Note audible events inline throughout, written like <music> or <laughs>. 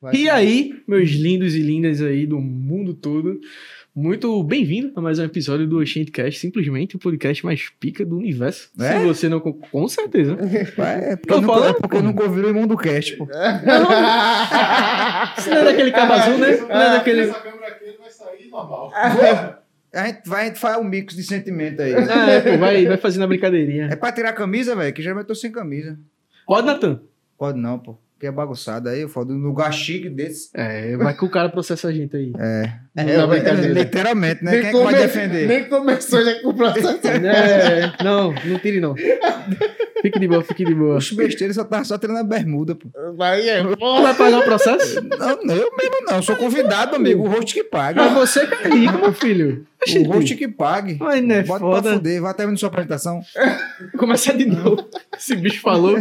Vai E ser- aí, meus lindos e lindas aí do mundo todo, muito bem-vindo a mais um episódio do Oceantcast, simplesmente o podcast mais pica do universo. É? Se você não... con- <laughs> Com certeza. É, porque Tô eu nunca, é falando, porque eu nunca ouvi o irmão do cast, pô. <laughs> Isso não é daquele cabo azul, né? Ah, Não é daquele... Ah, Essa câmera aqui ele vai sair normal. A gente vai faz um mix de sentimento aí. Ah, é, pô, vai, vai fazendo a brincadeirinha. É pra tirar a camisa, velho, que geralmente eu tô sem camisa. Pode, Natan. Pode não, pô. Que é bagunçado aí, eu falo, no lugar chique desse. É, vai que o cara processa a gente aí. É, Não, é, brincadeira. literalmente, né? Quem é que come- vai defender? nem começou já com o processo. É, não, não tire não. Fique de boa, fique de boa. Os besteiros só tá só tirando a bermuda, pô. Vai, é. Tu vai pagar o processo? Não, não, eu mesmo não. Eu sou convidado, amigo. O host que Mas paga. você que é rico, meu filho. O host que pague. Mas não é Bota pra foda. fuder. Vai terminar sua apresentação. Começa de <laughs> novo. Esse bicho falou.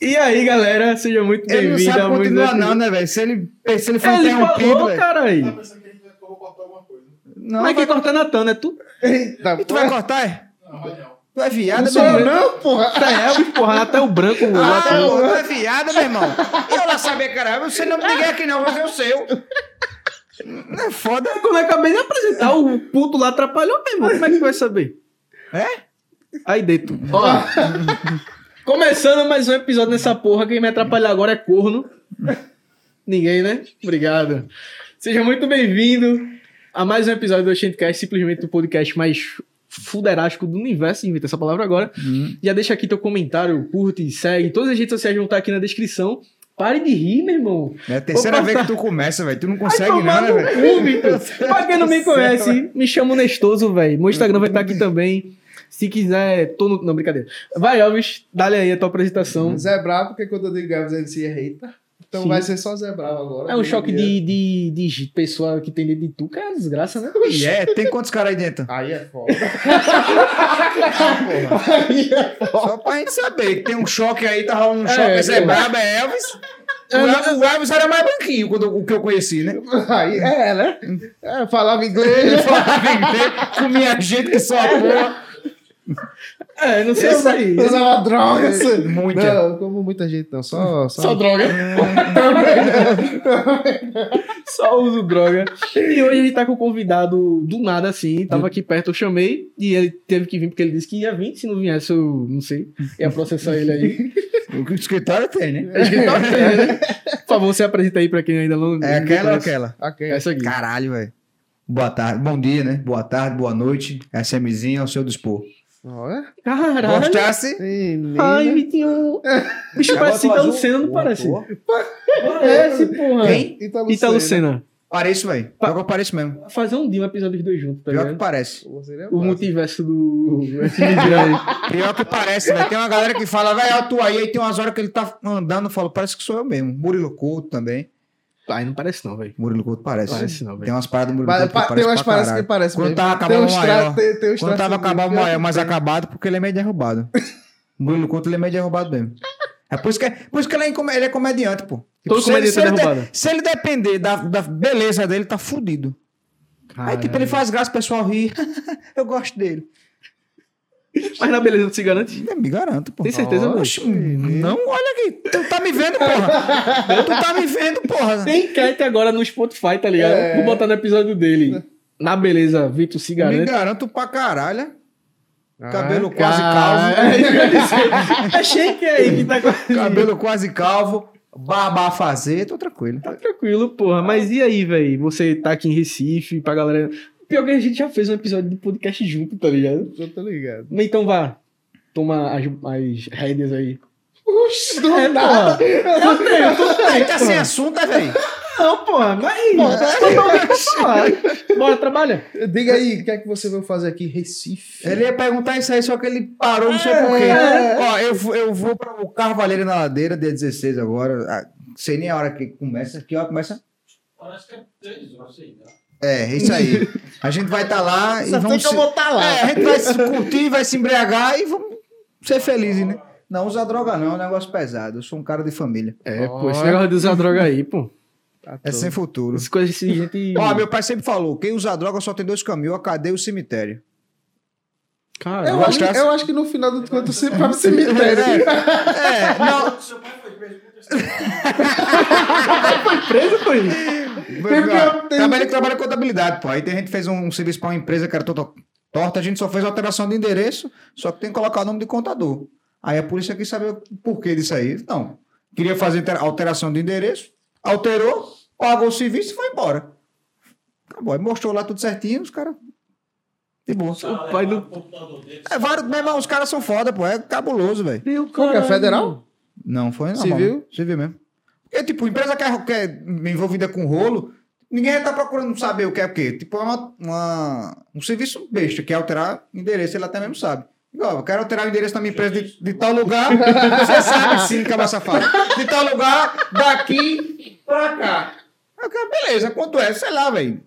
E aí, galera, seja muito Ele não bem-vindo sabe a muito continuar, outro- não, né, velho? Se ele, se ele for Ele interrompido, falou, velho. cara aí. Tá pensando que a gente vai cortar alguma coisa. Não, Mas vai... quem corta é Natan, <laughs> né? Tu E tu vai cortar, é? Não, vai não. Tu é viada, meu Não sou irmão? eu, Não, porra. tá Elvis, porra, Natan é o branco. o Ah, Natan- pô, tu é viada, meu irmão. Eu lá sabia que era eu. Você não ninguém aqui, não. Você é o seu. Não é foda. Como é que eu acabei de apresentar? O puto lá atrapalhou mesmo. Como é que tu vai saber? É? Aí deito. Ó. Começando mais um episódio nessa porra. Quem me atrapalhar agora é corno. Ninguém, né? Obrigado. Seja muito bem-vindo a mais um episódio do Oceantcast, simplesmente o podcast mais fuderástico do universo. Inventa essa palavra agora. Já deixa aqui teu comentário, curte, segue. Todas as redes sociais vão estar aqui na descrição. Pare de rir, meu irmão. É a terceira Opa. vez que tu começa, velho. Tu não Vai consegue, não, tomar né, no velho? cu, Vitor. Pra quem não <laughs> me conhece, me chamo Nestoso, velho. Meu Instagram vai estar aqui também. Se quiser, tô no... Não, brincadeira. Vai, Elvis, dá-lhe aí a tua apresentação. Zé Bravo, porque quando eu digo Elvis, ele se irrita. Então Sim. vai ser só Zé Bravo agora. É um choque de, de, de pessoa que tem dentro de tu, que é uma desgraça, né? E é, tem quantos caras aí dentro? Aí é foda. <laughs> Ah, Só pra gente saber que tem um choque aí, tá rolando um É, choque. Esse é pô. brabo, é Elvis. O É, Elvis, o Elvis era mais branquinho quando, o que eu conheci, né? Aí é, né? É, falava Ele <laughs> inglês. falava inglês, comia gente que só porra. É, não sei se aí. Usava drogas. Muita. Hum, Não, eu como muita gente, não. Só. só... Só droga. <laughs> Só uso droga. E hoje a gente tá com o convidado do nada, assim. Tava aqui perto, eu chamei. E ele teve que vir porque ele disse que ia vir. Se não viesse, eu não sei. Ia processar ele aí. O que o escritório tem, né? É escritório, né? <laughs> Por favor, você apresenta aí pra quem ainda não. É não aquela ou conhece. aquela? Ok. Essa aqui. Caralho, velho. Boa tarde, bom dia, né? Boa tarde, boa noite. SMzinho ao seu dispor. Olha. Caralho. Gostasse? Menina. Ai, <laughs> Vitinho. Bicho, Já parece botou Ita azul? Lucena, não Botou. parece? Parece, porra. Quem? Ita tá Ita Lucena. Pareço, velho. Pa- Pior que eu pareço mesmo. Fazer um dia um episódio dos dois juntos, tá Pior que ligado? parece. Lucena é O massa. multiverso do. SMG aí. <laughs> Pior que parece, velho. Tem uma galera que fala, vai, ó, tu aí. Aí tem umas horas que ele tá andando, eu falo, parece que sou eu mesmo. Murilo Couto também. Ai, não parece não, velho. Murilo Couto parece. Parece não, Tem velho. umas paradas do Murilo Mas, Couto pa- que tem parece umas pra paradas que caralho. parecem. Quando mesmo. tava Tem acabando uns o traços- maior. tem- um tem uns Quando tava traços acabando o mesmo. maior, mas acabado, porque ele é meio <laughs> derrubado. Murilo Couto, ele é meio derrubado mesmo. É por isso que, por isso que ele, é, income- ele é comediante, pô. Tipo, Todo se ele- comediante se é ele de- derrubado. Se ele depender da, da beleza dele, tá fudido. Aí, tipo, ele faz graça, o pessoal ri. <laughs> eu gosto dele. Mas na beleza tu se garante? Eu É, me garanto, pô. Tem certeza, mano? Oxe, não, olha aqui. Tu tá me <laughs> vendo, porra. tu tá me vendo, porra. Tem enquete agora no Spotify, tá ligado? É. Vou botar no episódio dele. Na beleza, Vitor se Me <laughs> garante. garanto pra caralho. Ah, Cabelo quase cara. calvo. É <laughs> isso que eu ia dizer. Achei que é aí que tá com- Cabelo quase calvo. Barba a fazer, tô tranquilo. Tá tranquilo, porra. Mas e aí, velho? Você tá aqui em Recife, pra galera. Pior que a gente já fez um episódio de podcast junto, tá ligado? Eu tô ligado. Mas Então vá. Toma as, as rédeas aí. Oxi, do É, nada. porra. Eu tenho, tu Aí tem, tá sem porra. assunto, velho. Não, porra. Mas. Totalmente pra falar. Bora, trabalha. Diga aí, o que é que você veio fazer aqui em Recife? Ele ia perguntar isso aí, só que ele parou, não sei porquê. Ó, eu, vou- eu vou para o Carvalheiro na Ladeira, dia 16 agora. Ah, sei nem a hora que começa. Que hora começa? Parece que é três horas ainda. É, isso aí. A gente vai estar lá e <laughs> Só tem vamos. que eu se- botar lá. É, a gente vai se curtir, vai se embriagar e vamos ser felizes, né? Não usa droga, não, é um negócio pesado. Eu sou um cara de família. É, pô. Esse negócio de usar droga aí, pô. Tá É todo. sem futuro. Essas coisas de gente. Ó, meu pai sempre falou: quem usa droga só tem dois caminhos, a cadeia e o cemitério. Cara, É <laughs> eu, acho que, eu acho que no final do conto sempre vai pro cemitério. É, não, Seu pai foi pergunta. Preso por isso. Trabalha trabalha trabalha com contabilidade, pô. Aí tem gente que fez um, um serviço pra uma empresa que era toda torta, a gente só fez alteração de endereço, só que tem que colocar o nome de contador. Aí a polícia quis saber o porquê disso aí. Não. Queria fazer inter- alteração de endereço, alterou, pagou o serviço e foi embora. Acabou. Aí mostrou lá tudo certinho, os caras. De boa. O pai do. computador dele. É, vários, meu irmão, os caras são foda, pô. É cabuloso, velho. Meu Qual que é? Federal? Não, foi normal. Civil? Civil mesmo. Porque, tipo, empresa que é, que é envolvida com rolo, ninguém já tá procurando saber o que é o quê. Tipo, é uma, uma- um serviço besta, que é alterar endereço, ele até mesmo sabe. Igual, eu quero alterar o endereço da minha empresa de, de tal <laughs> lugar, você sabe sim, que é uma safada. De tal lugar, daqui pra cá. Eu quero, beleza, quanto é? Sei lá, velho.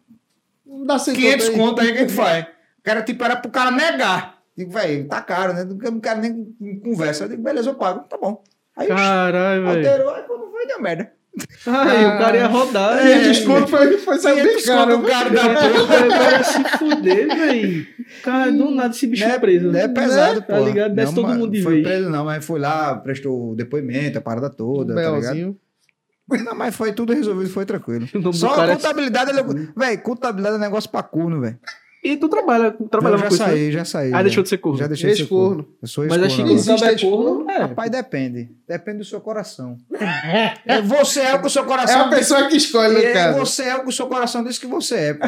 Não dá 100 500 conto aí. conto aí que a gente faz. O cara, tipo, era pro cara negar. Digo, velho, tá caro, né? Eu não quero nem conversa. Eu digo, beleza, eu pago. Tá bom. Aí, Caralho, velho. Alterou, aí quando foi, deu merda. Aí o cara ia rodar. né? E o velho. desconto foi, foi Tá sair bem caro. o É. um <laughs> cara da <laughs> O cara ia se fuder, velho. Cara, do nada esse bicho Não é- preso. não é pesado, pô. Tá ligado? Desce Não, todo mas mundo de foi vez. preso não, mas foi lá, prestou depoimento, a parada toda, tá ligado? Belzinho. Não, mas foi tudo resolvido, foi tranquilo. <laughs> O nome do Só cara a é- contabilidade, ele... velho, contabilidade é negócio pra corno, velho. E tu trabalha, Eu trabalhava já com isso. né? saí, já saí. Aí velho. deixou de ser corno. Já deixei de ser Ex-corno. corno. Eu sou Mas acho que ex-corno. quando agora. existe é esse corno, é. Rapaz, depende. Depende do seu coração. É, você é o que o seu É coração a pessoa que escolhe, E né, é, cara? você é o que o seu coração diz que você é. pô.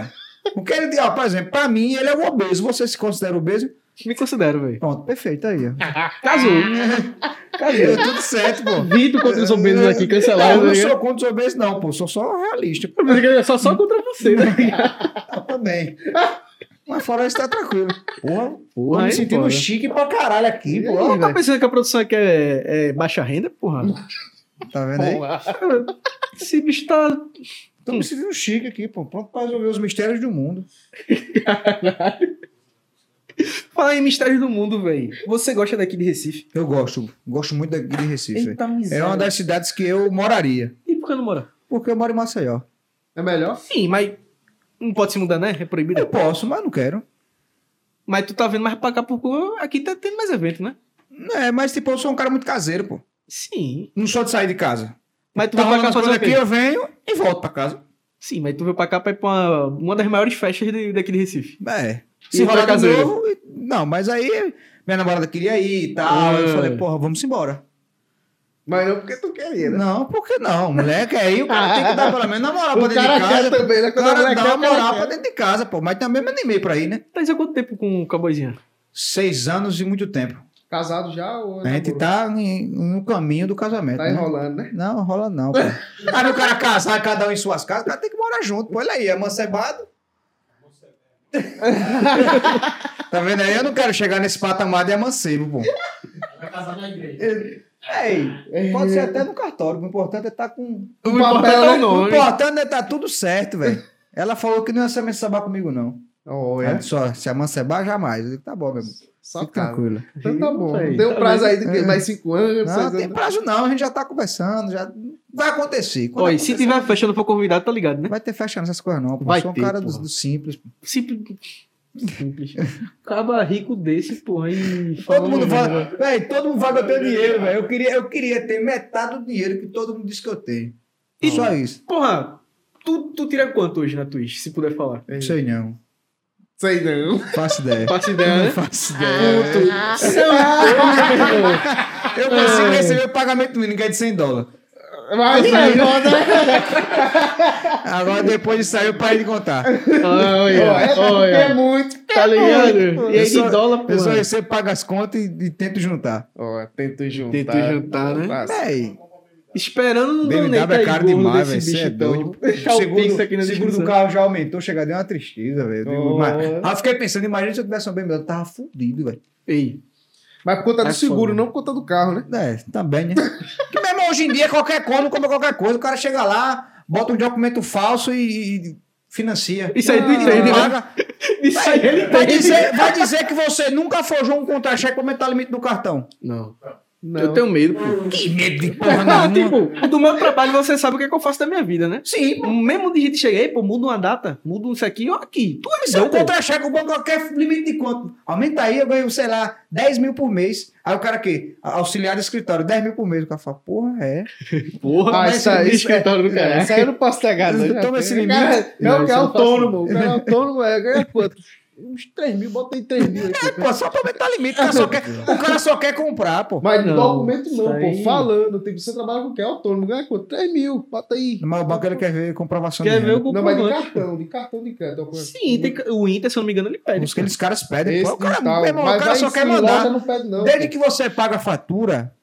Porque ele diz, ó, por exemplo, pra mim ele é um obeso. Você se considera obeso? Me considero, velho. Pronto, perfeito aí. ó. Casou. <laughs> Casou. Deu tudo certo, pô. Vindo contra os obesos aqui, Não, cancelado. eu não né? sou contra os obesos, não, pô. Sou só realista. pô. é Só, só contra você, né? Eu também. Mas fora isso, tá tranquilo. Porra, tô Porra, me aí, sentindo porra. chique pra caralho aqui, Pô, pô. tá pensando que a produção aqui é, é baixa renda, porra? Tá vendo aí? Esse bicho tá. Tô me sentindo chique aqui, pô. Pronto pra resolver os mistérios do mundo. Fala em mistérios do mundo, velho. Você gosta daqui de Recife? Eu gosto. Gosto muito daqui de Recife. velho. Eita É miséria. uma das cidades que eu moraria. E por que não mora? Porque eu moro em Maceió. É melhor? Sim, mas. Não pode se mudar, né? É proibido. Eu posso, mas não quero. Mas tu tá vendo mais pra cá por Aqui tá tendo mais evento, né? É, mas tipo, eu sou um cara muito caseiro, pô. Sim. Não sou de sair de casa. Mas tu Tá veio rolando pra cá as fazer coisas o aqui, quê? eu venho e volto pra casa. Sim, mas tu veio pra cá pra ir pra uma, uma das maiores festas de- daqui de Recife. É. E Se rolar pra de caseiro? novo... e- Não, mas aí minha namorada queria ir e tal. Eu É. Ah. falei, porra, vamos embora. Mas não porque tu queria, né? Não, por que não? Mulher quer ir, o cara tem que dar pelo menos na moral pra <laughs> O dentro cara de quer casa. pô. também, né? O Quando a cara mulher dá quer, né? uma o cara moral quer. pra dentro de casa, pô. Mas também me animei pra ir, né? Tá isso há quanto tempo com o Cowboyzinha? Seis anos e muito tempo. Casado já ou A gente namorou? tá em- no caminho do casamento. Tá né? enrolando, né? Não, rola não. Pô. <laughs> Aí o cara casar, cada um em suas casas, o cara tem que morar junto. Pô, olha aí, amancebado. <laughs> tá vendo aí? Eu não quero chegar nesse patamar de amancebo, pô. É, Vai casar na igreja. Ei, pode ser até no cartório, o importante é estar com. O papel, é o né? O nome. importante é tá tudo certo, velho. Ela falou que não ia se amancebar comigo, não. Olha, Ela disse, ó, se amancebar, jamais. Eu digo, tá bom, meu irmão. é? só Fica cara. tranquilo. Então tá bom. Ei, Tem um tá prazo aí vendo? de quê? mais cinco anos, Não, seis tem anos. prazo não, a gente já tá conversando, já. Vai acontecer. Quando Olha, se acontecer, tiver festa não for convidado, tá ligado, né? Vai ter fechado essas coisas, não. Pô. Vai Eu sou um ter, cara porra. do, do simples. Simples. Simples. Caba rico desse, porra. E Todo falando mundo merda. fala, velho, todo mundo fala que eu tenho dinheiro, velho. Eu queria, eu queria ter metade do dinheiro que todo mundo diz que eu tenho. E- Só isso. Porra, tu, tu tira quanto hoje na Twitch, se puder falar? Não sei não. Sei não. <laughs> Faço ideia. Ah, Faça ideia, né? Faço ideia. <laughs> Eu consigo receber o pagamento mínimo, que é de 100 dólares. Mas aí, né? Agora depois de sair, eu parei de contar. é, porque é Olha, muito. tá ligado? E Eu aí de é, só- dólar, Eu só porra. recebo, pago as contas e, e tento juntar. Ó, tento juntar. Tento juntar, né? Passa. Véi, Esperando um BMW donate é aí, caro gordo, demais, velho. desse Você é bicho, então. <laughs> doido. Deixar O o seguro, Pix aqui na seguro do descrição. carro já aumentou, chegar deu uma tristeza, velho. Eu digo, Oh. mas- Aí eu fiquei pensando, imagina se eu tivesse um BMW, eu tava fudido, velho. Ei, Mas por conta É do seguro, foda. não por conta do carro, né? É, também, <laughs> né? Porque mesmo hoje em dia, qualquer como, compra qualquer coisa, o cara chega lá, bota um documento falso e, e financia. Isso aí tu entende, né? Paga. Isso aí ele né? Vai tem. dizer, vai dizer que você nunca forjou um contra-cheque pra aumentar o limite do cartão. Não. Não. Eu tenho medo, pô. Que medo de <laughs> porra Não, nenhuma. tipo, do meu trabalho você sabe o que, é que eu faço da minha vida, né? Sim, pô. O mesmo dia que cheguei, pô, muda uma data, muda isso aqui ou aqui. Tu me Se eu deu, pô. contra-cheque, o banco quer limite de quanto? Aumenta aí, eu ganho, sei lá, 10 mil por mês. Aí o cara que Auxiliar de escritório, 10 mil por mês. O cara fala, porra, é. Porra, Ah, mas isso aí. esse Escritório do cara. Isso aí eu não posso ter gado. Toma esse limite. É Não, o isso que eu é não faço, autônomo. O cara é autônomo, é ganha quanto? Uns 3 mil, bota aí 3 mil. aí, pô. É, pô, só pra aumentar limite. O cara só quer, o cara só quer comprar, pô. Mas Não, documento isso não, pô. aí- Falando, tem que você trabalha com que é autônomo, ganha quanto? 3 mil, bota aí. Mas o banco ele quer ver comprovação Quer de ver o renda. Não, mas de comprovante. pô. cartão, de cartão de crédito. documento. Sim, tem que- o Inter, se eu não me engano, ele pede. Os que eles caras pedem. Esse pô, o cara, tal, meu irmão, o mas cara vai só em quer loja, mandar. não pede não. Desde pô. que você paga a fatura.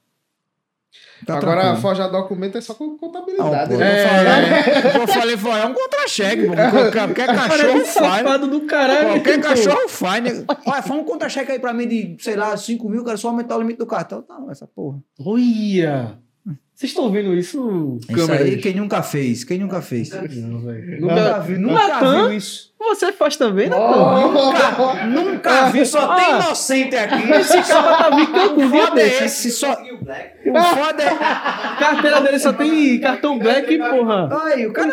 tá Agora, tranquilo. Ah, forjar documento é só com Não, contabilidade. pô, né? eu falei- Eu falei, foi é um contra-cheque, <laughs> pô. Qualquer Parece um cachorro faz. safado do caralho. tipo, Qualquer pô. cachorro faz, né? É, tipo, Olha, faz um contra-cheque aí pra mim de, sei lá, 5 mil, quero só aumentar o limite do cartão. Não, essa porra. Olha! Vocês estão vendo isso, É Isso câmera? aí, quem nunca fez? Quem nunca fez? É. Não, velho. Nunca Nunca... vi, nunca Natan? viu isso. Você faz também, né? Nunca, nunca vi, só tem inocente aqui. Esse cara tá me O foda é esse, só. Conseguiu o Black. O foda é. Carteira dele só tem cartão black, porra. Aí, o cara.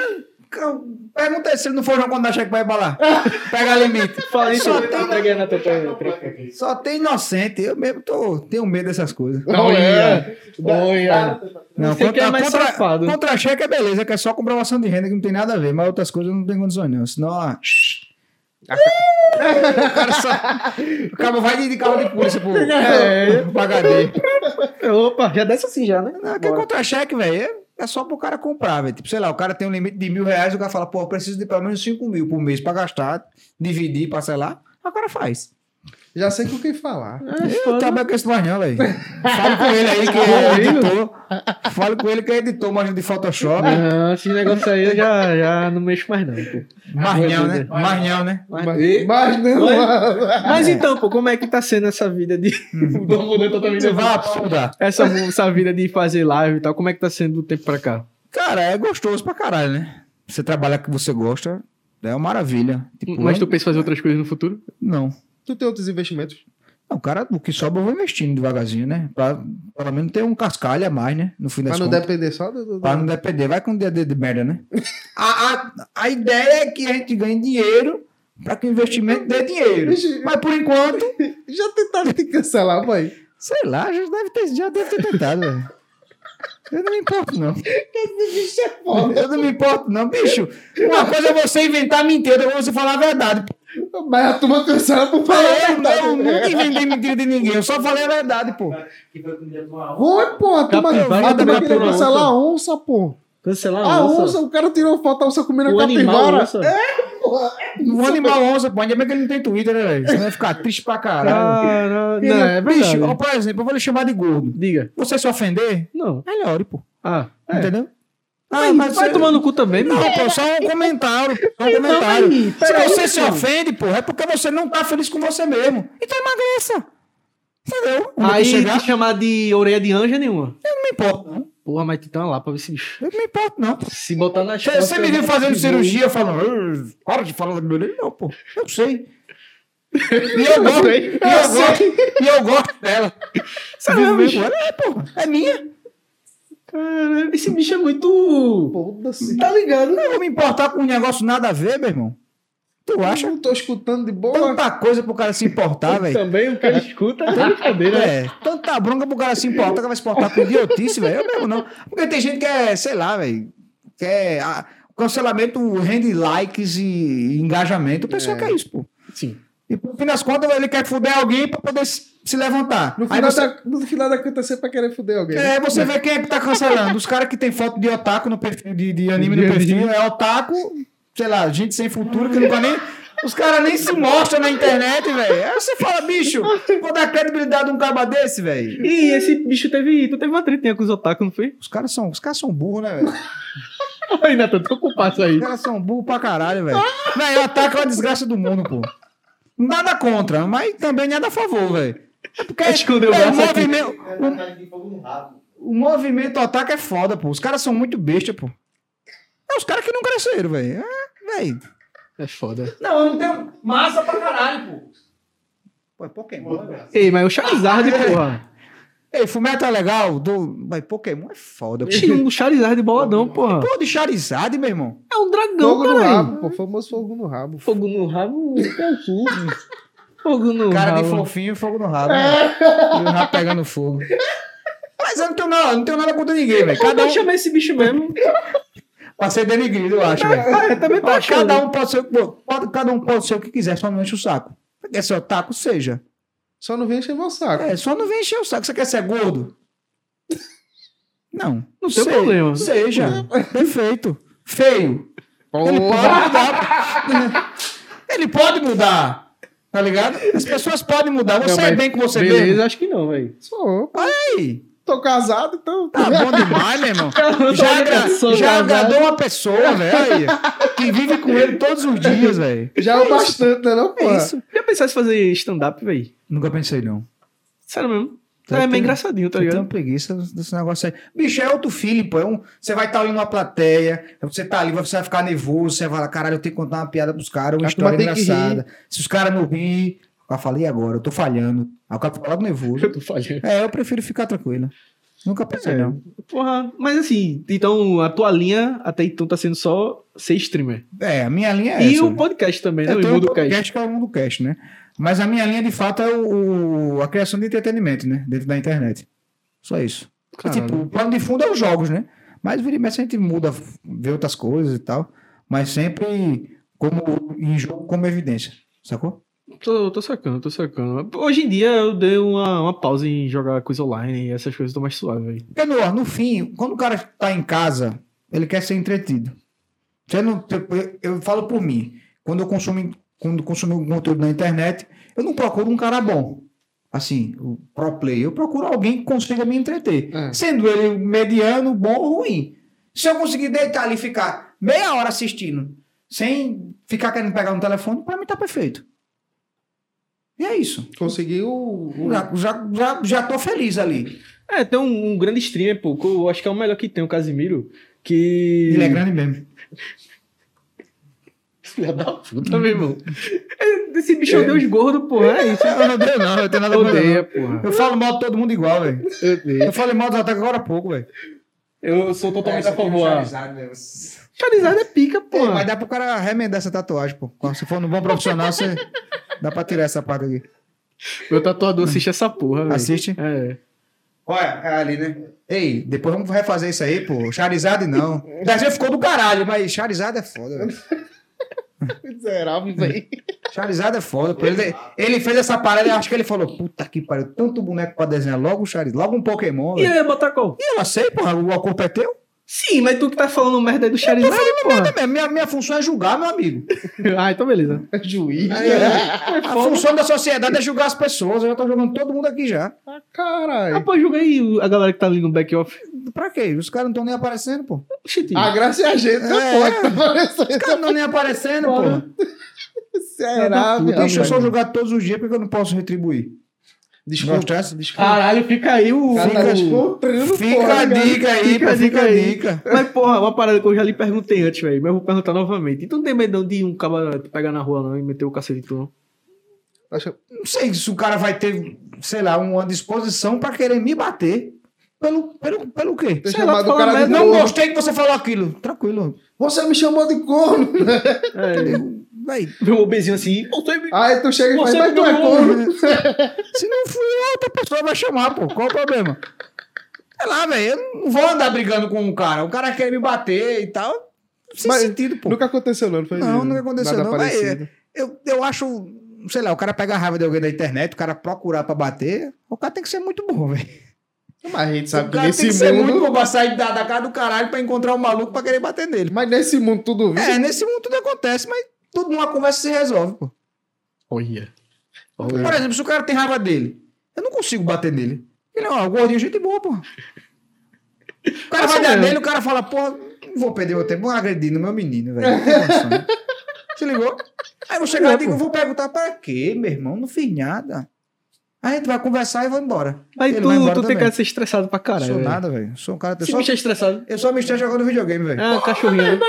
cara, Pergunta aí se ele não for jogar um contra-cheque pra embalar. Pega limite. Fala isso, Só tem, peguei na tua só tem inocente. Eu mesmo tô, tenho medo dessas coisas. Olha! Olha! Não, Você quer mais safado. Contra-cheque é beleza, que é só comprovação de renda, que não tem nada a ver, mas outras coisas não tem condições, não. Senão, ó. <laughs> o cara só. O cara vai de- de carro de polícia pro, É. pro HD. Opa, já desce assim já, né? Não, que é contra-cheque, velho. É só pro cara comprar, velho. Tipo, sei lá, o cara tem um limite de mil reais, o cara fala, pô, eu preciso de pelo menos cinco mil por mês pra gastar, dividir, parcelar. Aí O cara faz. Já sei com quem falar. É, Eu foda. Tá trabalho com esse mais não, velho. Fale com ele aí <laughs> que é editor. Fale com ele que é editor, mas de Photoshop. Não, esses negócios aí eu já, já não mexo mais, não. Pô. Marnhão, né? Marnhão, né? Mas, E- mas não. Mas então, pô, como é que tá sendo essa vida de. <laughs> Tô mudando Hum. totalmente Você vai afundar. essa, essa vida de fazer live e tal, como é que tá sendo do tempo pra cá? Cara, é gostoso pra caralho, né? Você trabalha com o que você gosta, é uma maravilha. Hum, Tipo, Mas eu- tu pensa em fazer outras coisas no futuro? Não. <laughs> Tu tem outros investimentos? Não, cara, o que sobra eu vou investindo devagarzinho, né? Pra pelo menos ter um cascalho a mais, né? No fim das Pra não contas. depender só do. do- do- Pra não depender. Vai com um DD de merda, né? <laughs> A, a, a ideia é que a gente ganhe dinheiro pra que o investimento dê dinheiro. Vixe. Mas por enquanto, <laughs> Já tentaram te cancelar, mãe. sei lá, já deve ter, já deve ter tentado, velho. Eu não me importo, não. Eu não me importo, não, bicho. Uma coisa é você inventar mentira, outra é você falar a verdade. Mas a turma cancela por falar. a Eu, verdade. eu nunca inventei mentira de ninguém, eu só falei a verdade, pô. Que foi o primeiro de uma aula. Foi, pô, a turma, Capivara a turma também queria pegou a cancelar a onça, pô. Cancelar Ah, A um onça, o cara tirou foto da onça comendo a O animal capivara. É, onça. É, Não vou animar Um onça, pô. Ainda bem que ele não tem Twitter, né, velho? Senão vai ficar triste pra caralho. Cara, Ele- Ah, não, é bicho, ó, verdade. por exemplo, eu vou lhe chamar de gordo. Diga. Você se ofender, Não. melhore, pô. Ah, é. Entendeu? Ah, Vai, vai você- tomar no cu também, é- Não, mano. pô, só um comentário. Só um Então, comentário. aí, se peraí, você se pô. ofende, pô, é porque você não tá feliz com você mesmo. Então emagreça. Entendeu? Onde eu Aí chegar, te chamar de orelha de anja nenhuma. eu não me importo, não. Porra, mas tu tá lá pra ver esse bicho. Eu não me importo, não. Se botar na Você, você me viu fazendo cirurgia falando, "Ah, para de falar do meu orelha. Não, pô, eu <laughs> sei. E eu gosto, e eu gosto, e eu gosto dela. <laughs> Você mesmo, viu bicho? agora? É, pô, é minha. Caralho, esse bicho é muito. Foda-se. Tá ligado? Eu não vou me importar com um negócio nada a ver, meu irmão. Tu acha? Não tô escutando de boa. Tá, Tanta coisa pro cara se importar, velho. Então tá, Também o que ele escuta é brincadeira. né? É, tanta bronca pro cara se importar, que vai se importar com idiotice, velho. Eu mesmo não. Porque tem gente que é, sei lá, velho, que é. ah, cancelamento rende likes e engajamento. O pessoal quer isso, pô. Sim. E no fim das contas, ele quer fuder alguém pra poder se se levantar. No Aí final, você, da, no final da canta sempre pra querer foder alguém. é, você vê quem é que tá cancelando. Os caras que tem foto de otaku no perfil, de, de anime no De perfil, é otaku, sei lá, gente sem futuro, que nunca nem. Os caras nem se mostram na internet, velho. Aí você fala, bicho, vou dar credibilidade a um caba desse, velho. E esse bicho teve. Tu teve uma tretinha com os otaku, <laughs> não foi? Os caras são, os caras são burros, né, velho? Os Ai, Natan, tô com o passo aí. caras são burros pra caralho, velho. Velho, ataca a desgraça do mundo, pô. Nada contra, mas também nada a favor, velho. É Porque Escondeu o é, o braço aqui. movimento, Era um cara de fogo no rabo. o movimento ataque é foda, pô. Os caras são muito besta, pô. É os caras que não cresceram, velho. É, velho. É foda. Não, eu não tenho massa pra caralho, pô. Pô, é Pokémon, velho. Porra, Ei, mas é o Charizard, porra. Ei, Fumeto é legal? Do... Mas Pokémon é foda. Tinha um Charizard boladão, porra. Pô, de Charizard, meu irmão. É um dragão, Fogo no caralho. rabo, pô. Famoso fogo no rabo. Fogo no rabo, é o cu. Fogo no Cara de rabo. fofinho e fogo no rabo. né? E o rabo pegando fogo. Mas eu não tenho nada, não tenho nada contra ninguém, velho. Cada Cada um chamar esse bicho mesmo. pra ser denigrido, eu acho, velho. Ah, eu também tô Ó, achando. Cada um pode ser, pô, pode- cada um pode ser o que quiser, só não enche o saco. Você quer ser otaku, seja. Só não vem encher meu saco. É, só não vem encher o saco. Você quer ser gordo? Não. Não tem sei. problema. Seja. Perfeito. Feio. Ele pode mudar. <laughs> Ele pode mudar. Tá ligado? As pessoas podem mudar. Você Não, é mas bem com você Beleza, mesmo. acho que não, velho. Sou. Aí. Tô casado, então. Tá bom demais, meu <laughs> irmão. Já, agra- já agradou uma pessoa, <laughs> velho. aí, Que vive com ele todos os dias, velho. Já é o bastante, né, não, pô? É isso. Já pensasse em fazer stand-up, velho? Nunca pensei, não. Sério mesmo. Tá é tendo- meio engraçadinho, eu tá tenho ligado? uma preguiça desse negócio aí. Bicho, é outro feeling, pô. É um- você vai estar ali numa plateia, você tá ali, você vai ficar nervoso, você vai lá, caralho, eu tenho que contar uma piada pros caras, uma A turma história tem que engraçada. Se os caras não rirem, o cara fala, e agora? Eu tô falhando. Aí o cara fica logo <laughs> nervoso. tô falhando. É, eu prefiro ficar tranquilo. Nunca pensei, É. não. Porra, mas assim, então a tua linha até então tá sendo só ser streamer. É, a minha linha é e essa. o podcast também, né? Eu O tenho um Imundo Cast. podcast que é o Mundo Cast, né? Mas a minha linha, de fato, é o, o- a criação de entretenimento, né? Dentro da internet. Só isso. E, Caralho. tipo, o plano de fundo é os jogos, né? Mas vira e mexe a gente muda, vê outras coisas e tal. Mas sempre como, em jogo como evidência. Sacou? Tipo, Tô, tô sacando, tô sacando. Hoje em dia eu dei uma, uma pausa em jogar coisa online e essas coisas estão mais suaves, velho. Porque no, no fim, quando o cara tá em casa, ele quer ser entretido. Você não, tipo, eu, eu falo por mim. Quando eu consumo, quando consumo algum conteúdo na internet, eu não procuro um cara bom. Assim, o pro player. Eu procuro alguém que consiga me entreter. É. Sendo ele mediano, bom ou ruim. Se eu conseguir deitar ali e ficar meia hora assistindo, sem ficar querendo pegar no telefone, pra mim tá perfeito. E é isso. Conseguiu o. Já, já, já, já tô feliz ali. É, tem um, um grande streamer, pô, que eu acho que é o melhor que tem, o Casimiro. Que. Ele é grande mesmo. Filha da puta, meu irmão. Esse bicho é odeia os gordos, porra. É <laughs> isso. Eu não odeio, não. Eu tenho nada contra, não. Odeia, porra. Eu falo mal de todo mundo igual, velho. Eu falei mal dos ataques agora há pouco, velho. Eu sou totalmente a favor. é a- né? Mas Charizard é pica, porra. dá pro cara remendar essa tatuagem, pô. Quando- Se for no bom profissional, você dá pra tirar essa parte aqui. Meu tatuador assiste essa porra, velho. Assiste? É. Olha, é ali, né? Ei, depois vamos refazer isso aí, pô. Charizard não. Desenho ficou do caralho, mas Charizard é foda, velho. Miserável, <laughs> velho. Charizard é foda, pô. Ele, ele fez essa parada e acho que ele falou: puta que pariu, tanto boneco pra desenhar, logo um Charizard, logo um Pokémon, E velho. aí, botar qual? E eu não sei, porra, a culpa é teu? Sim, mas tu que tá falando merda aí do Charizard, porra. Minha- Minha, minha função é julgar, meu amigo. É. ah, então beleza. É Juiz. né? A função da sociedade é julgar as pessoas. Eu já tô jogando todo mundo aqui já. Ah, Ah, É. caralho. pô, joga aí a galera que tá ali no back-off. Pra quê? Os caras não estão nem aparecendo, pô. Ah, A graça é a gente, né, É. pô? Que tá parecendo. Os caras não estão nem aparecendo, pô. Será, meu Deixa eu só amigo? jogar todos os dias porque eu não posso retribuir. Desculpa. Gostasse? Desculpa. Caralho, fica aí o. Cara, tá fica- descontrando, Fica porra, a cara. dica aí, Fica pô. a Fica dica a aí. dica. Mas, porra, uma parada que eu já lhe perguntei antes, velho. Mas eu vou perguntar novamente. E tu não tem medo não de um cara te pegar na rua não e meter o cacete em <laughs> tu, não? Acho- Não sei se o cara vai ter, sei lá, uma disposição pra querer me bater. Pelo, pelo, pelo quê? Ter Sei lá, chamado o fala cara de merda, Não gordo. gostei que você falou aquilo. Tranquilo. Você me chamou de corno. né? É. Vai. Vê um obezinho assim. "Ô, tu é- né?" Aí tu chega e faz, Você mas me tu é deu né? corno. Se não fui eu, outra pessoa vai chamar, pô. Qual o problema? Sei É lá, velho. Eu não vou andar brigando com um cara. O cara quer me bater e tal. Não tem Mas sentido, pô. Nunca aconteceu, não, não foi? Não, nunca aconteceu, nada não, mas- é. Parecido. Eu, eu acho, sei lá, o cara pega a raiva de alguém da internet, o cara procurar pra bater, o cara tem que ser muito bom, velho. Mas a gente o sabe que cara tem que nesse ser muito mundo. bom pra sair da, da casa do caralho pra encontrar um maluco pra querer bater nele. Mas nesse mundo tudo vive. É, nesse mundo tudo acontece, mas tudo numa conversa se resolve, pô. Olha. Por né? É. exemplo, se o cara tem raiva dele, eu não consigo bater nele. Ele é um gordinho, gente boa, pô. O cara Mas é vai sou dar eu. nele, o cara fala, porra, não vou perder meu tempo, vou agredir no meu menino, velho. Não tem condição, <laughs> né? Se ligou? Aí eu vou chegar É, e digo, pô. vou perguntar pra quê, meu irmão? Não fiz nada. Aí a gente vai conversar e vai embora. Mas Ele tu, vai embora tu tem também. cara de ser estressado pra caralho. Sou velho. nada, velho. Sou um cara. Eu Esse só, bicho é estressado. eu só me estresso jogando videogame, velho. É, cachorrinho. né?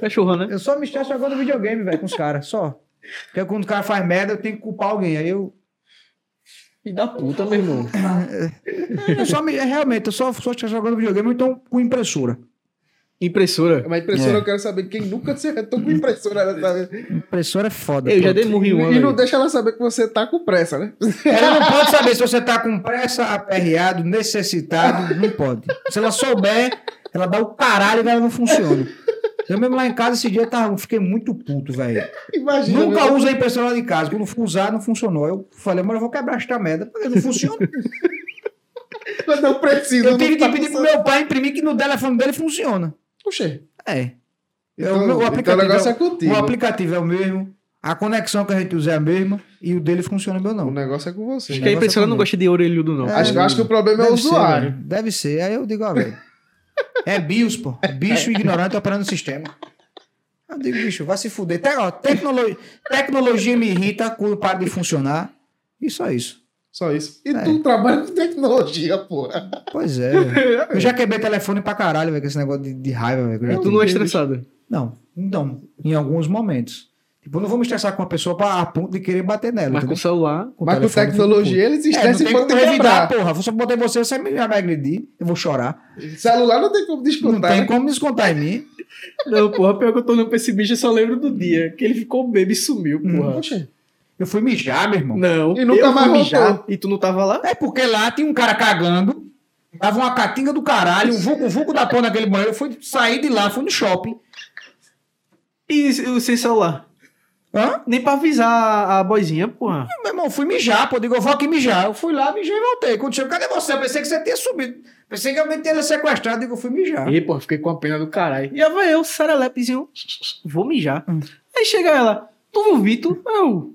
Cachorrão, né? Eu só me estresso jogando videogame, velho, com os caras, só. Porque quando o cara faz merda, eu tenho que culpar alguém. Aí eu. E da puta, meu irmão. Eu só me- é, realmente, eu só, só estou jogando videogame, ou então com impressora. Impressora. Mas impressora É. eu quero saber quem nunca se retou com impressora. Ela sabe. Impressora é foda. Eu já pronto. dei murro em uma. um E não velho. deixa ela saber que você tá com pressa, né? <laughs> Ela não pode saber se você tá com pressa, aperreado, necessitado, não pode. Se ela souber, ela dá o caralho e ela não funciona. Eu mesmo lá em casa esse dia eu tava, fiquei muito puto, velho. Imagina. Nunca né? usa a impressora lá de casa. Quando fui usar, não funcionou. Eu falei, mano, eu vou quebrar esta merda, porque não funciona. Quando eu preciso. um. Eu tive não tá que pedir pro funcionando. meu pai imprimir que no telefone dele funciona. Oxê. É. Eu- Então, o então o aplicativo negócio é- é contigo. O aplicativo é o mesmo, a conexão que a gente usa é a mesma e o dele funciona, o meu O não. negócio é com você. Acho né? que a impressora não gosta de orelhudo, não. Acho, que- acho que o problema é o Deve ser, né? usuário. velho. Deve ser. Aí eu digo, ó, <laughs> velho. É bios, pô. Bicho ignorante operando o sistema. Eu digo, bicho, vai se fuder. Te, ó, tecnolo- Tecnologia me irrita quando para de funcionar. E só isso. Só isso. E É. tu trabalha com tecnologia, porra. Pois é. velho. Eu já quebrei telefone pra caralho, velho, com esse negócio de, de raiva, velho. que eu já Tu tive. não é estressado. Não, então, em alguns momentos. Tipo, eu não vou me estressar com uma pessoa pra, a ponto de querer bater nela. Mas com o entendeu? celular. Com o Mas com telefone eu fico tecnologia eles puto. É, não estressam tem e vão como te revidar, quebrar. porra. Vou só botar em você, você me- vai me agredir, eu vou chorar. Celular não tem como Não descontar. tem né? como descontar em mim. Não, porra, pior que eu tô olhando pra esse bicho, eu só lembro do dia. Que ele ficou bebo e sumiu, porra. Oxê. Eu fui mijar, meu irmão. Não. Hum, E nunca eu mais fui voltou. E tu não tava lá? É porque lá tinha um cara cagando, tava uma catinga do caralho, um vulco, um vulco da porra naquele banheiro. Eu fui sair de lá, fui no shopping. E eu sem celular? Hã? Nem pra avisar a boizinha, porra. Meu irmão, eu fui mijar, pô. Eu Digo, eu vou aqui mijar. Eu fui lá, mijei e voltei. Quando chegou, cadê você? Eu pensei que você tinha subido. Pensei que alguém tinha lhe sequestrado. Eu Digo, eu fui mijar. E, porra, fiquei com a pena do caralho. E aí vai eu, Saralepezinho, vou mijar. Hum. Aí chega ela, tu viu o Vitor? Eu,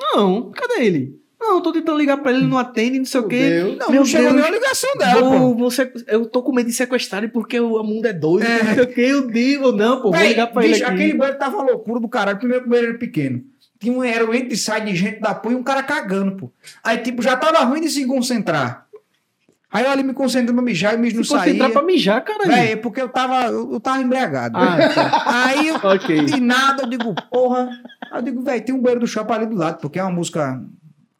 não, cadê ele? Não, tô tentando ligar pra ele, ele não atende, não sei o quê. Deus. Não, Meu não chegou Deus. nenhuma ligação dela, pô. Vou- vou sequ- eu tô com medo de sequestrarem porque o mundo é doido. Não sei o que, eu digo, não, pô, vou Véi, ligar pra bicho, ele aqui. Aquele banheiro tava uma loucura do caralho. Primeiro que o banheiro era pequeno. Tinha um, era um entra e sai de gente da porra e um cara cagando, pô. Aí, tipo, já tava ruim de se concentrar. Aí eu ali me concentrando pra mijar e o mijo não Se fosse entrar saía. pra mijar, caralho. Véi, é porque eu tava, eu, eu tava embriagado. <laughs> Ah, Aí eu, tá. ok. de nada, eu digo, porra. Aí eu digo, velho, tem um banheiro do shopping ali do lado, porque é uma música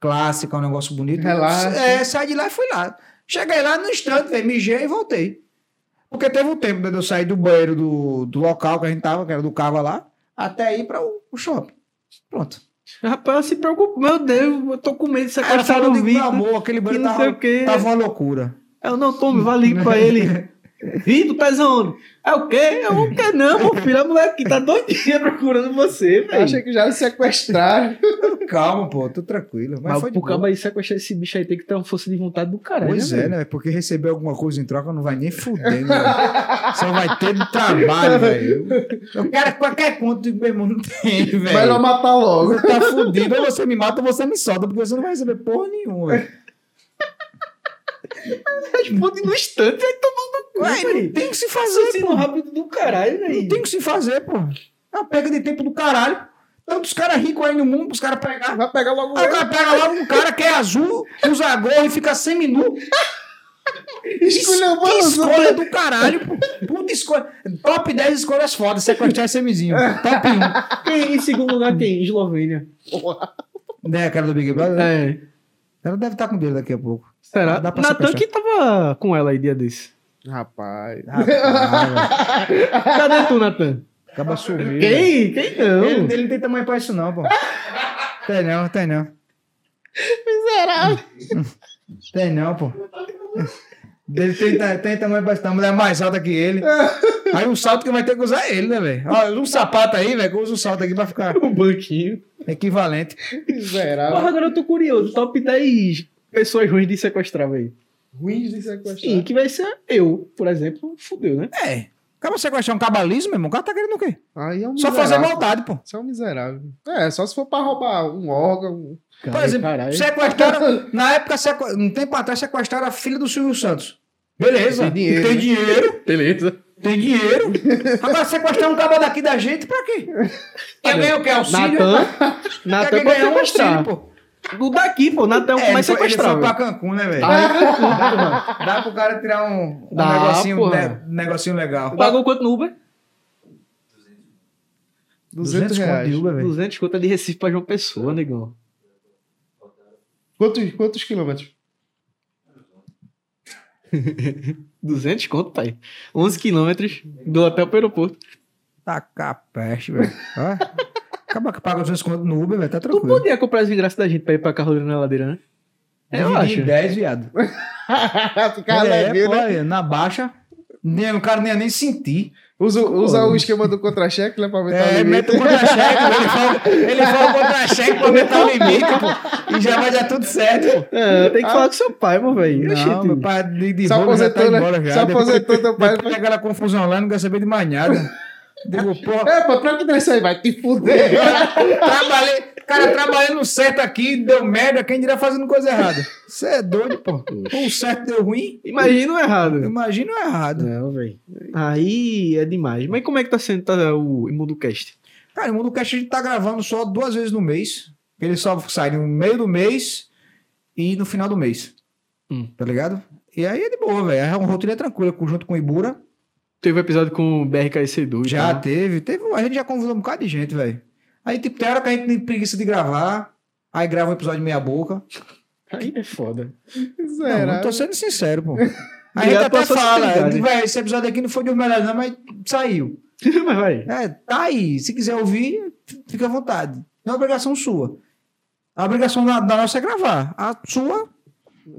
clássica, um negócio bonito. Relaxa. É, saí de lá e fui lá. Cheguei lá no instante, velho, mijei e voltei. Porque teve um tempo né, de eu sair do banheiro do, do local que a gente tava, que era do Cava lá, até ir para o, o shopping. Pronto. Rapaz, se preocupa. Meu Deus, eu tô com medo de Aí eu sequestrar falei, o eu digo, meu Vitor. amor, aquele Que banheiro não sei o tava, quê. tava uma loucura. Eu não tomo, vai ligar <laughs> pra ele. Vindo, pezão. É o quê? Eu não quero não, meu filho. A mulher aqui tá doidinha procurando você, Eu velho. achei que já é lhe sequestraram. Calma, pô, tô tranquilo. Mas, Mas foi de pro boa. cabo aí sequestrar esse bicho aí tem que ter uma força de vontade do caralho. Pois né, é, né? Porque receber alguma coisa em troca não vai nem fuder, né? Só vai ter no trabalho, velho. Eu quero qualquer conta, meu irmão, não tem, Melhor velho. matar logo. Você tá fudido, ou você me mata ou você me solta, porque você não vai receber porra nenhuma, velho. Responde Tá no instante, aí tomando cu, Ué, não velho. tem o que se fazer, Sendo pô. rápido do caralho, velho. Não tem o que se fazer, pô. É uma perda de tempo do caralho. Tantos caras ricos aí no mundo, os caras pegar. Vai pegar logo Aí o <laughs> cara pega lá um cara que é azul, usa gorro e fica semi-nu. Esculhambando Que os escolha é do caralho, pô. Puta escolha. Top 10 escolhas fodas, sequestrar esse semizinho. Top Quem, em segundo lugar, quem? Eslovênia. 1. Né, cara do Big Brother? É. Ela deve estar com dele daqui a pouco. Será? Dá pra Natan sequestrar. que tava com ela aí dia desse. Rapaz. Ah, Rapaz, Cadê tu, Natan? acaba sumindo. <laughs> Quem? Quem não? Ele, ele não tem tamanho pra isso, não, pô. Tem não, tem não. Miserável. <laughs> Tem não, pô. Ele tem, ta- tem tamanho pra isso, não. A mulher é mais alta que ele. Aí um salto que vai ter que usar é ele, né, velho? Olha, um sapato aí, velho, que eu uso um salto aqui pra ficar O banquinho. equivalente. Miserável. Porra, agora eu tô curioso. Top 10 pessoas ruins de sequestrar, velho. Ruins de Sim, sequestrar. que vai ser eu, por exemplo. Fudeu, né? É. Acaba sequestrar um cabalismo, meu irmão. O cara tá querendo o quê? Aí é um Só miserável. fazer maldade, pô. Isso é um miserável. É, só se for pra roubar um órgão. Por exemplo, caralho. <laughs> sequestraram. Na época, sequ... um tempo atrás, sequestraram a filha do Silvio Santos. Beleza. Tem dinheiro, Tem né? dinheiro. Beleza. Tem <laughs> dinheiro. Agora, sequestrar um cabo daqui da gente, pra quê? Quer ganhar o quê? Auxílio? Natan. Quer Natan pode ganhar um auxílio, sequestrar. pô. Do daqui, pô. Natan é o que É, ele mais foi, ele sequestrar. foi pra velho. Cancún, né, velho? Tá em Cancún. Dá pro <laughs> cara tirar um, um Dá, negocinho, porra. ne- negocinho legal. Pagou quanto no Uber? 200 conto de reais. Uber, velho. 200 conto é de Recife pra João Pessoa, negão. Quantos, quantos <laughs> quilômetros? 200 conto, pai. 11 quilômetros do hotel pro aeroporto. Taca a peste, velho. Ó. Acaba que paga 200 conto no Uber, velho. Tá Tu tranquilo. podia comprar os ingressos da gente pra ir pra Carolina na ladeira, né? Eu Dividi acho. em 10, viado. Ficar É, levinho, pô, né? aí, Na baixa, nem, o cara nem ia nem sentir. Usa, usa o esquema do contra-cheque, né? Pra aumentar o É, limite. mete o contra-cheque, pô, ele fala, ele fala o contra-cheque pra aumentar o limite, pô. E já vai dar tudo certo, pô. Ah, tem que falar com seu pai, meu velho. Não, Oxente. meu pai de, de Se Roma já tá aposentou, né? embora já. Se aposentou teu pai. Depois daquela confusão lá, não quer saber de mais <laughs> nada. Digo, pô, É, pô, pra que deixa aí? Vai te fuder. trabalhei, cara, trabalhando certo aqui, deu merda, quem dirá fazendo coisa errada. Você é doido, pô. Um certo deu ruim, Imagina o errado. imagina o errado. Não, velho. Aí é demais. Mas como é que tá sendo tá, o Imunducast? Cara, o Mundo Cast a gente tá gravando só duas vezes no mês. Ele só sai no meio do mês e no final do mês. Hum. Tá ligado? E aí é de boa, velho. É uma rotina tranquila, junto com o Ibura. Teve um episódio com o BRKC2. Já tá? teve, teve. A gente já convidou um bocado de gente, velho. Aí, tipo, tem hora que a gente tem preguiça de gravar. Aí grava um episódio meia boca. Aí é foda. Não, <laughs> eu Será? tô sendo sincero, pô. A gente Obrigado até pela sua fala, sinceridade. velho, esse episódio aqui não foi de melhor, não, mas saiu. <laughs> Mas vai. É, tá aí. Se quiser ouvir, f- fica à vontade. Não é obrigação sua. A obrigação da, da nossa é gravar. A sua,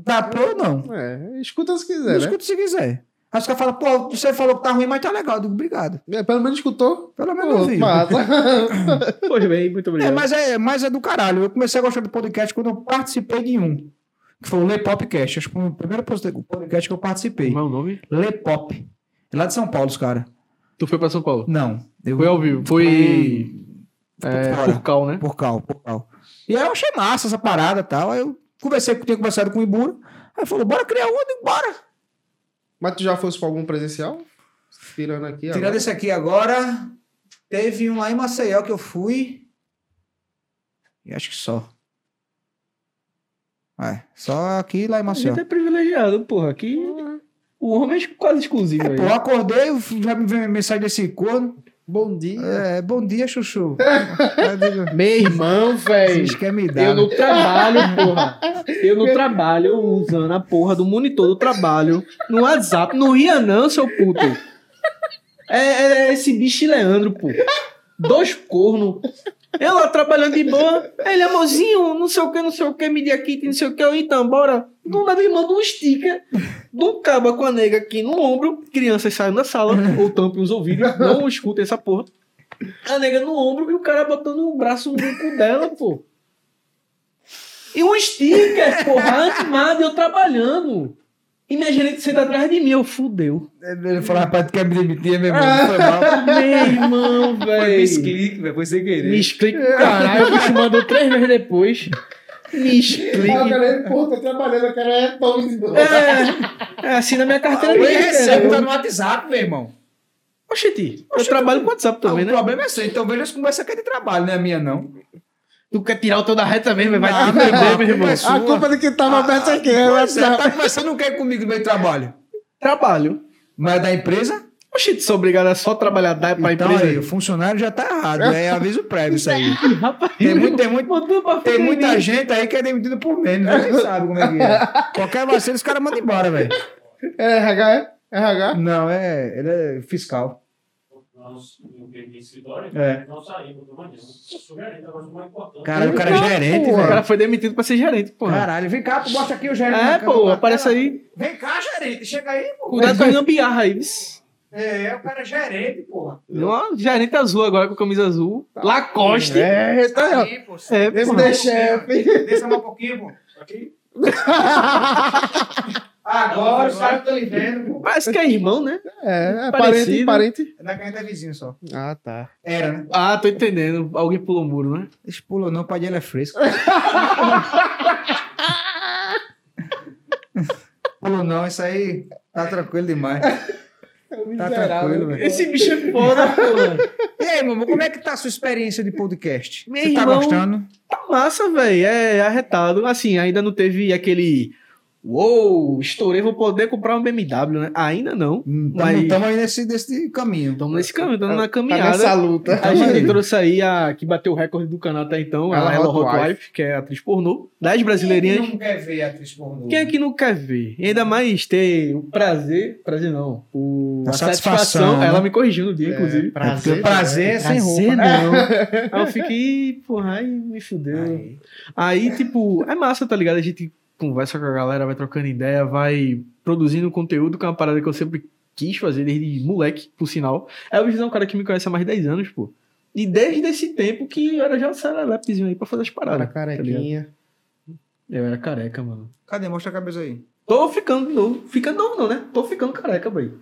dá pra ou não. É, escuta se Não quiser, né? escuta se quiser. Aí os caras falam, pô, você falou que tá ruim, mas tá legal. Eu digo, obrigado. É, Pelo menos escutou. Pelo menos Pô, ouviu. massa. <laughs> Pois bem, muito É, obrigado. mas é, mas é do caralho. Eu comecei a gostar do podcast quando eu participei de um. Que foi o Lepopcast. Acho que foi o primeiro post- podcast que eu participei. Como é o nome? Lepop. É lá de São Paulo, os caras. Tu foi pra São Paulo? Não. Eu... Foi ao vivo. Foi. É, Fora. Furcal, né? Por cal, por cal. E aí eu achei massa essa parada e tal. Aí eu conversei, tinha conversado com o Ibura. Aí falou, bora criar um, eu digo, bora. Mas tu já fosse pra algum presencial? Tirando aqui Tirando agora. esse aqui agora, teve um lá em Maceió que eu fui. E acho que só. É, só aqui e lá em A Maceió. gente é privilegiado, porra. Aqui o homem é quase exclusivo. É, aí. pô, eu acordei, eu fui- já me veio mensagem desse corno. Bom dia. É, bom dia, <laughs> Chuchu. Aí eu digo, Meu irmão, velho. Vocês querem me dar? Eu né? no trabalho, porra. Eu no trabalho, usando a porra do monitor do trabalho, no WhatsApp. Não ria não, seu puto. É, é- é esse bicho Leandro, pô. Dois corno. Eu lá trabalhando de boa. É, Ele, amorzinho, não sei o que, não sei o que, media kit, não sei o que. Eu, então, bora. Do nada, ele manda um sticker do caba com a nega aqui no ombro. Crianças saiam da sala, ou tampem os ouvidos, não escutem essa porra. A nega no ombro e o cara botando o braço no cu dela, pô. E um sticker, porra, animado, eu trabalhando. E minha gerente senta atrás de mim, eu fudeu. Ele falou, rapaz, tu quer me demitir, meu irmão? Foi mal. <laughs> Meu irmão, velho. Misclick, velho, <laughs> foi sem querer. Misclick, caralho, o bicho mandou três meses depois. Misclick. cara, porra, tô trabalhando, é eu quero é tome de novo. É, é assim na minha carteira de Eu recebo, recebo. tá no WhatsApp, meu irmão. Oxente, eu trabalho com WhatsApp também, o né? problema é seu, então veja as conversas que é de trabalho, não é minha, não. Tu quer tirar o teu da reta mesmo, vai Ah, te perder, não, meu irmão. é sua. Ah, A culpa de quem tava aberto aqui. é Pois é, WhatsApp. tá conversando o que comigo no meu trabalho? Trabalho. Mas é da empresa? Oxente, sou obrigado a só trabalhar da pra então, empresa. aí, o funcionário já tá errado. É aviso prévio isso aí. Ih, <laughs> rapaz, Tem muito- tem muito- Mandou pra Tem fuder em muita mim. gente aí que é demitido por menos, né? Nem sabe como é que <laughs> é. Qualquer vacilo, os caras mandam embora, velho. É RH, é? RH? Não, é. Ele é fiscal. Nós, no escritório, É. não saímos do é manhã. Sugerindo, agora uma importante. Caralho, o cara é Então, gerente, porra. O velho. cara foi demitido pra ser gerente, porra. Caralho, vem cá, pô, mostra aqui o gerente. É, na pô, cama. aparece aí. Vem cá, gerente, chega aí, pô. Cuidado com a gambiarra aí. vixe. É, o cara é gerente, porra. Deu uma gerente azul agora com camisa azul. Lacoste. Tá. É, É, tá. Aí, pô, Esse porra. é chefe. Desça mais um pouquinho, pô. <laughs> Aqui. Agora os caras estão lhe vendo, pô. Parece que é irmão, né? É, é parente, Parecido. parente. Na que a gente é vizinho só. Ah, tá. Era, né? Ah, tô entendendo. Alguém pulou o muro, né? Eles pulam não, o pai dele é <laughs> fresco. Pulou não, isso aí tá tranquilo demais. Tá tranquilo, velho. Esse bicho é foda, porra. E aí, Mumu, como é que tá a sua experiência de podcast? Meu Você tá irmão. gostando? é Tá massa, velho. É arretado. Assim, ainda não teve aquele Uou, estourei, vou poder comprar um BMW, né? Ainda não. Mas- Estamos aí nesse, nesse caminho. Estamos nesse caminho, estamos na Tá nessa caminhada. luta. A gente trouxe aí a que bateu o recorde do canal até então, Ela a Ella Hot Hot Wife, que é atriz pornô, das brasileirinhas. não quer ver a atriz pornô? Quem é que não quer ver? E ainda mais ter o prazer, prazer não, o, A a satisfação, satisfação, né? ela me corrigiu no É, dia, inclusive. Porque prazer é sem roupa. Prazer né? <laughs> não. Aí eu fiquei, porra, aí me fudeu. Aí. Aí, tipo, é massa, tá ligado? A gente conversa com a galera, vai trocando ideia, vai produzindo conteúdo, que é uma parada que eu sempre quis fazer desde moleque, por sinal. Elvis é um cara que me conhece há mais de 10 anos, pô. E desde esse tempo que eu era já um serelepezinho aí pra fazer as Cara, paradas. tá ligado? carequinha. eu era careca, mano. Cadê? Mostra a cabeça aí. Tô ficando de novo. Ficando novo não, né? Tô ficando careca, velho.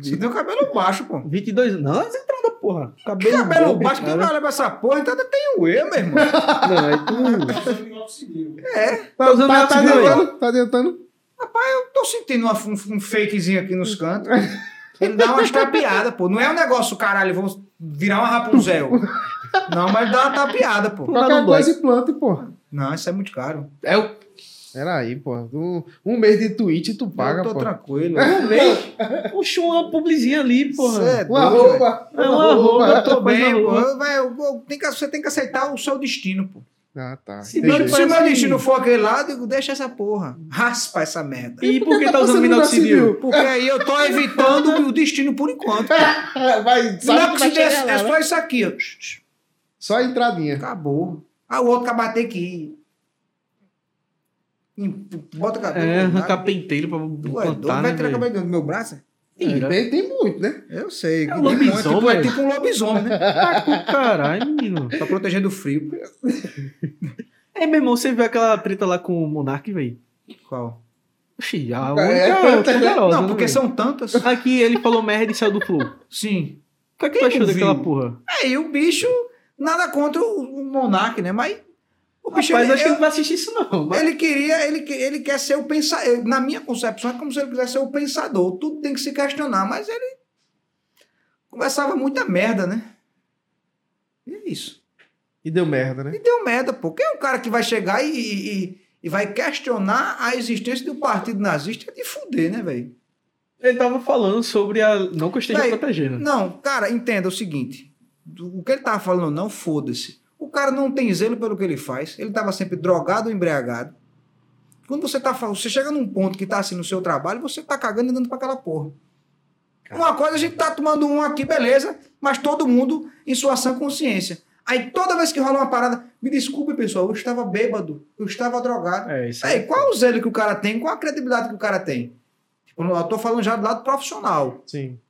Você tem o cabelo baixo, pô. um 22 anos. Não, é entrada, porra. Cabelo, Cabelo branco, baixo, quem cara. vai olhar pra essa porra, então ainda tem o eu, meu irmão. Não, é tu... Tá Tá, usando tá, lápis tá de olho. adiantando? Tá adiantando? Eu tô sentindo uma- um, um fakezinho aqui nos cantos. Ele dá umas tapeadas, pô. Não é um negócio, caralho, vamos virar uma Rapunzel. Não, mas dá uma tapeada, pô. Tá Qualquer no coisa implante, porra. Não, isso é muito caro. É o... Pera aí, porra. Um, um mês de Twitch tu paga, eu tô porra. tranquilo. Um mês. Puxa uma publizinha ali, porra. Cê é Uma doido, velho. roupa. É uma roupa, eu Tô tô bem, bem, pô. pô. Vai, eu- eu- tem que- você tem que aceitar o seu destino, pô. Ah, tá. Se Entendi. Mas Se o meu parece- destino for aquele lado, eu digo, deixa essa porra. Raspa essa merda. E por que tá Você usando não minoxidil? decidiu. Porque aí eu tô evitando o destino por enquanto. É, pô. Vai, Senão sabe que que se vai der, chegar é lá, né? só isso aqui, ó. Só a entradinha. Acabou. Ah, o outro acaba ter que ir. Hum, Bota o cabelo. É, do lado. arrancar pentelho pra Tu é doido, plantar, né, vai tirar o velho? cabelo do meu braço? Ih, Tira. tem, tem muito, né? Eu sei. É que um lobisomem, tipo, é velho. tipo um lobisomem, né? Caralho, menino. Pra proteger do frio. <laughs> É, meu irmão, você viu aquela treta lá com o Monark, velho? Qual? Oxi, a única É, é, poderosa, Não, porque né, são tantas. velho? Aqui ele falou merda e saiu do flow. <laughs> O Sim. que, é que tu achou Quem viu? daquela porra? Aí o bicho, nada contra o o Monark, né? Mas o bicho, Rapaz, ele, é acho que ele não vai assistir isso não. Mas... ele queria, ele, que- ele quer ser o pensador. Na minha concepção, é como se ele quisesse ser o pensador. Tudo tem que se questionar, mas ele conversava muita merda, né? E é isso. E deu merda, né? E deu merda, pô. Quem é o cara que vai chegar e, e- e- e vai questionar a existência do partido nazista é de fuder, né, velho? Ele tava falando sobre a... Não que eu esteja Velho, protegendo. Não, cara, entenda o seguinte. do- O que ele tava falando ou não, foda-se. O cara não tem zelo pelo que ele faz. Ele tava sempre drogado ou embriagado. Quando você tá falando, você chega num ponto que tá assim no seu trabalho, você tá cagando e dando pra aquela porra. Uma coisa a gente tá tomando um aqui, beleza, mas todo mundo em sua sã consciência. Aí toda vez que rola uma parada, me desculpe, pessoal, eu estava bêbado, eu estava drogado. É, isso Aí, qual o zelo que o cara tem? Qual a credibilidade que o cara tem? Tipo, eu tô falando já do lado profissional. Sim.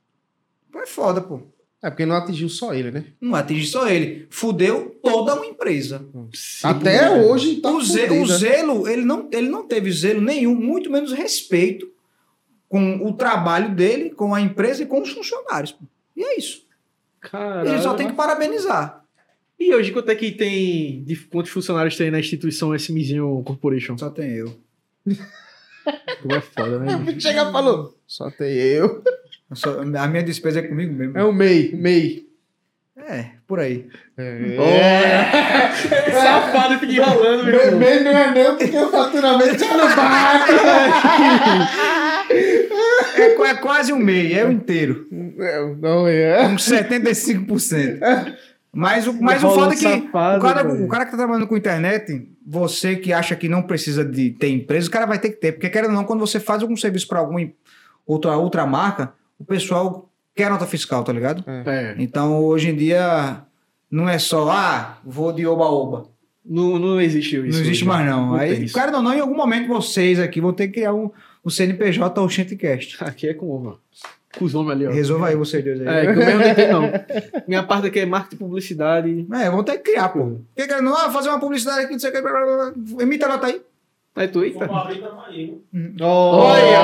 Pô, É foda, pô. É porque não atingiu só ele, né? Não atinge só ele. Fudeu toda uma empresa. é Sim, Até velho. hoje tá o, ze- o né? fudida. zelo, ele não, ele não teve zelo nenhum, muito menos respeito com o trabalho dele, com a empresa e com os funcionários. pô. E é isso. Caralho. né? A gente só tem que parabenizar. E hoje, quanto é que tem. de- quantos funcionários tem na instituição SMzinho Corporation? Só tem eu. Tu é foda, <laughs> né? bicho? Chega e falou. Só tem eu. Eu só- a minha despesa é comigo mesmo. É o MEI, MEI. É, por aí. É. Safado fica enrolando, meu Meu irmão. MEI não é não, porque o faturamento já não bate. É, qu- é quase um meio, é o inteiro. Um Não, não é. uns 75%. Mas o, mas o Rolou foda é que safado, o, cara, velho. o cara que tá trabalhando com internet, você que acha que não precisa de ter empresa, o cara vai ter que ter. Porque, querendo ou não, quando você faz algum serviço para alguma em- outra, outra marca, o pessoal quer nota fiscal, tá ligado? É. Então, hoje em dia, não é só, ah, vou de oba-oba. Não, não existe isso. né? Não existe hoje. mais, não. tem Aí, isso. querendo ou não, em algum momento vocês aqui vão ter que criar um, um CNPJ ou um Shantcast. Aqui é com ovo. Com os homens ali, ó. Resolva aí vocês dois aí. É, que o meu não tem, não. Minha parte aqui é marketing, publicidade. É, vão ter que criar, pô. Porque cara, não, ah, fazer uma publicidade aqui, não sei o que, blá, blá, blá. emita a nota aí. Aí tu, eita. tá Olha, é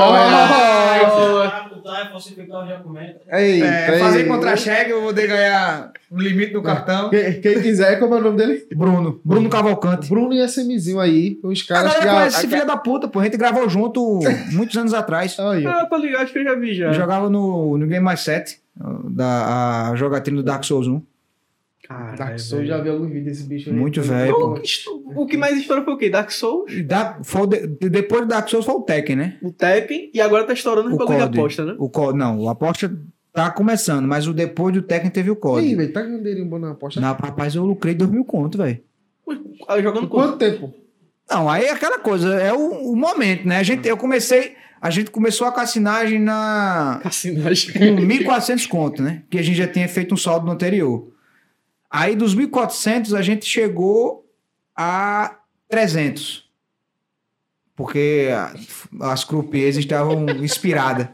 tá, Eita, É, fazer eita. contra-cheque, eu vou poder ganhar o limite do cartão. Quem, quem quiser, como é o nome dele? Bruno, Bruno Cavalcante. Bruno e SMzinho aí. Os A caras galera que. a- conhece esse a- filho da puta, pô. A gente gravou <laughs> junto muitos anos atrás. Aí, ó. Ah, tô ligado, acho que eu já vi já. Eu jogava no, no Game Mais 7, da, a jogatina do Dark Souls 1. Cara, Dark Souls, já vi alguns vídeos desse bicho aí. É, Muito Foi- velho, Pô, pô. O que mais estourou foi o quê? Dark Souls, E Da, foi o de- de- depois do Dark Souls foi o Tekken, né? o Tekken, e agora tá estourando os O bagulho COD. de aposta, né? O co- não, o aposta tá começando, mas o depois do Tekken teve o Ih, código. velho, pega um dinheirinho bom na aposta. Na, rapaz, eu lucrei dois mil conto, velho. Ah, Jogando Por com Quanto tempo? Não, aí é aquela coisa, é o, o momento, né? A gente, eu comecei, a gente começou a cassinagem na, com cassinagem. 1.400 conto, né? Que a gente já tinha feito um saldo no anterior. Aí dos 1.400 a gente chegou a 300. Porque a- as croupiers estavam inspiradas,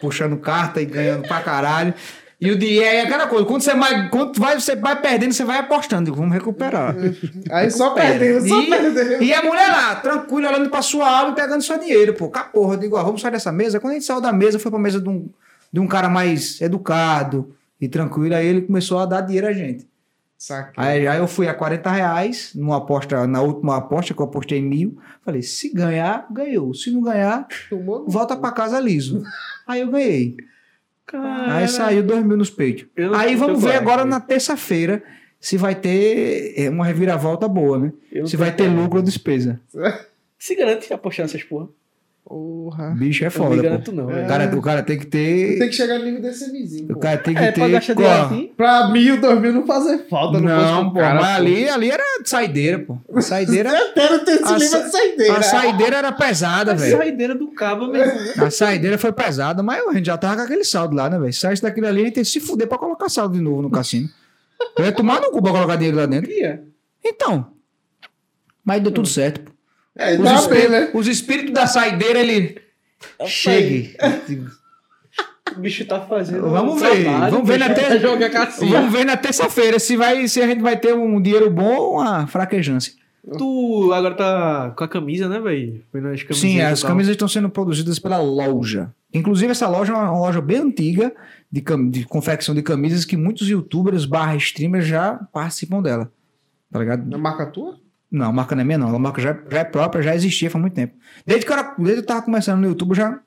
puxando carta e ganhando pra caralho. E o dinheiro é aquela coisa, quando você, mais, quando vai, você vai perdendo, você vai apostando, vamos recuperar. Aí só Pera. perdendo, só E- perdendo. E a mulher lá, tranquila, olhando pra sua alma e pegando seu dinheiro, pô. Cá porra, eu digo, ó, vamos sair dessa mesa. Quando a gente saiu da mesa, foi pra mesa de um, de um cara mais educado e tranquilo. Aí ele começou a dar dinheiro a gente. Saca. Aí, aí eu fui a 40 reais numa aposta, na última aposta que eu apostei mil. Falei, se ganhar, ganhou. Se não ganhar, Tomou no- volta pra casa liso. Aí eu ganhei. Aí saiu dois mil nos peitos. Eu não é, Aí tenho vamos ver coragem, agora velho. na terça-feira se vai ter eh, uma reviravolta boa, né? Eu não Se tenho vai ter coragem. lucro ou despesa. Se garante apostar nessas porra. Porra. Bicho é Eu não me foda, pô. garanto, não. É. O velho. cara, o cara tem que Tem ter. que chegar no nível desse vizinho. O Pô. cara tem que É, pra ter. gastar dinheiro Pô, assim. Pra mil, dois mil não fazer falta. não, no pô, cara, mas pô. ali, ali era saideira, pô. A saideira, Até não tem esse A nível sa- de saideira. a saideira era pesada, A velho. saideira do cabo mesmo. né? A saideira foi pesada, mas a gente já tava com aquele saldo lá, né, velho? Sai daquilo ali, a gente tem que se fuder pra colocar saldo de novo no cassino. Eu ia tomar no cu pra colocar dinheiro lá dentro. Ia. Então. Mas deu tudo certo, pô. É, Os, tá espí- bem, né? os espíritos da saideira, ele. É, Chegue. O bicho tá fazendo. Vamos um ver, trabalho, vamos ver né? bicho, na pra É tele- jogar cassino. Vamos ver na terça-feira se, vai, se a gente vai ter um dinheiro bom ou uma fraquejância. Tu agora tá com a camisa, né, velho? Foi nas camisetas Sim, é, as e tal. camisas estão sendo produzidas pela loja. Inclusive, essa loja é uma loja bem antiga de, cam- de confecção de camisas que muitos youtubers barra streamers já participam dela. Tá Na ligado? marca tua? Não, a marca não é minha, não. A marca já, já é própria, já existia faz muito tempo. Desde que eu, era, desde que eu tava começando no YouTube, eu já,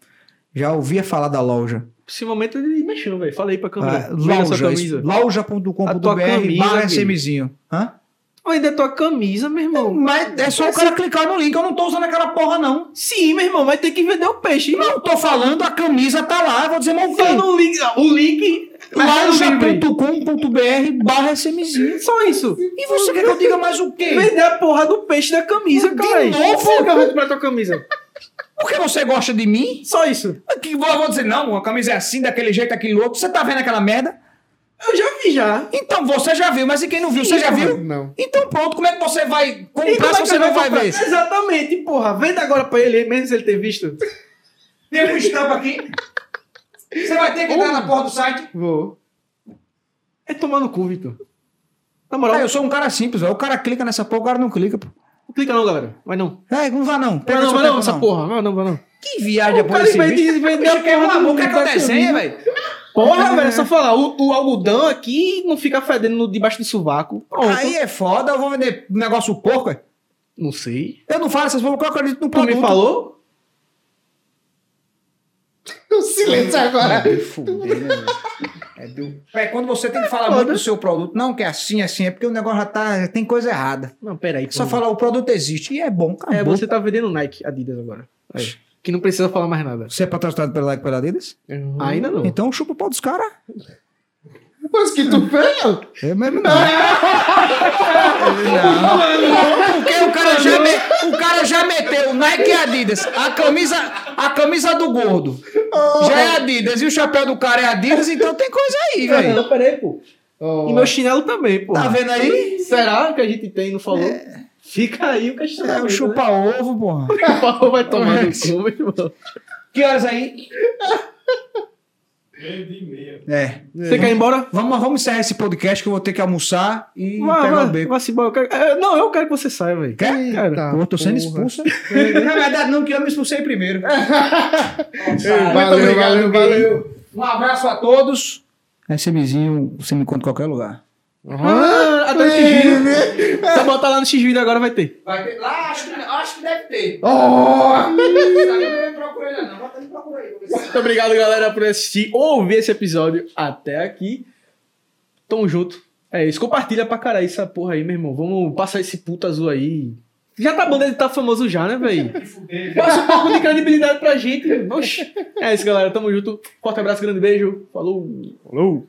já ouvia falar da loja. Esse momento ele mexeu, velho. Fala aí pra câmera. Ah, Vem na sua loja, camisa. isso, loja.com.br A tua camisa, barra filho. SMzinho. Hã? Tu ainda é tua camisa, meu irmão. Mas é só o cara clicar no link, eu não tô usando aquela porra, não. Sim, meu irmão, vai ter que vender o peixe. irmão. Não tô falando, a camisa tá lá, eu vou dizer, mas o Só quê? no link. O link. Mas tá no livre. loja.com.br barra SMzinho. Só isso. E você quer que eu diga mais o quê? Vender a porra do peixe da camisa, De cara. novo? Você é que eu vou comprar tua camisa. Porque você gosta de mim? É Só isso. Que eu vou dizer, não, a camisa é assim, daquele jeito, aquele outro. Você tá vendo aquela merda? Eu já vi já. Então você já viu, mas e quem não viu? Você já viu? Não. <laughs> Então pronto, como é que você vai E como comprar é se que você eu vou não vai comprar? ver? Exatamente, porra. Venda agora pra ele, mesmo se ele ter visto. Tem um estampa aqui. Você vai ter que entrar na porra do site. Vou. É tomar no cu, Vitor. Na moral, Ah, eu sou um cara simples, ó. o cara clica nessa porra, o cara não clica, pô. não clica não, galera. Vai não. É, não vá não. Vai Pega não, seu vai não, tempo, essa porra. Vai não, vai não. Que viagem é O um cara, em vez de vender a porra do- quer que da eu desenhe, camisa. velho? Porra, velho, é só falar, o, o algodão aqui não fica fedendo no- debaixo do sovaco. Pronto. Aí é foda, eu vou vender negócio porco, é? Não sei. Eu não falo essas porra, porque eu acredito no Tu me produto. falou? O silêncio agora. né, É, do... é quando você tem que falar muito do seu produto, não que é assim, assim, é porque o negócio já tá, já tem coisa errada. Não, peraí. É só porra. falar, o produto existe e é bom, acabou. Hum. É, você tá vendendo Nike Adidas agora. Aí. Que não precisa falar mais nada. Você é patrocinado pela Like pela Adidas? Ainda não. Então chupa o pau dos caras. Mas que tu fez, ó. É mesmo não. Não, Porque o cara, já me- o cara já meteu Nike e Adidas. A camisa, a camisa do gordo já é Adidas. E o chapéu do cara é Adidas, então tem coisa É. aí, velho. Não, peraí, pô. Ó, E meu chinelo também, pô. Tá vendo aí? Será que a gente tem, não falou? É. <laughs> Fica aí o É questionamento. o chupa-ovo, porra. né? O pau vai tomar no cu, meu irmão. Que horas aí? Meio de meia. É. Você quer ir embora? Vamos, vamos encerrar esse podcast que eu vou ter que almoçar e Vai, pegar vai, o beco. vai se embora. Eu quero- é, não, eu quero que você saia, velho. Quer? É, Cara, Eita, Pô, tô sendo porra. expulso. Na verdade, não, que eu me expulsei primeiro. Ei, Valeu, obrigado, valeu, Gui. valeu. Um abraço a todos. SMzinho, É, você me encontra em qualquer lugar. tá Ah, até o né? X-Video. Só botar lá no X-Video agora vai ter. Vai ter lá, acho que, acho que deve ter. Ó. Não procura ainda não, bota me procura aí. Muito obrigado, galera, por assistir ou ouvir esse episódio até aqui. Tamo junto. É isso, compartilha pra caralho essa porra aí, meu irmão. Vamos passar esse puto azul aí. Já tá bom, ele tá famoso já, né, velho? Me fudei, Passa um pouco de credibilidade pra gente. Oxi. É isso, galera. Tamo junto. Forte abraço, grande beijo. Falou. Falou!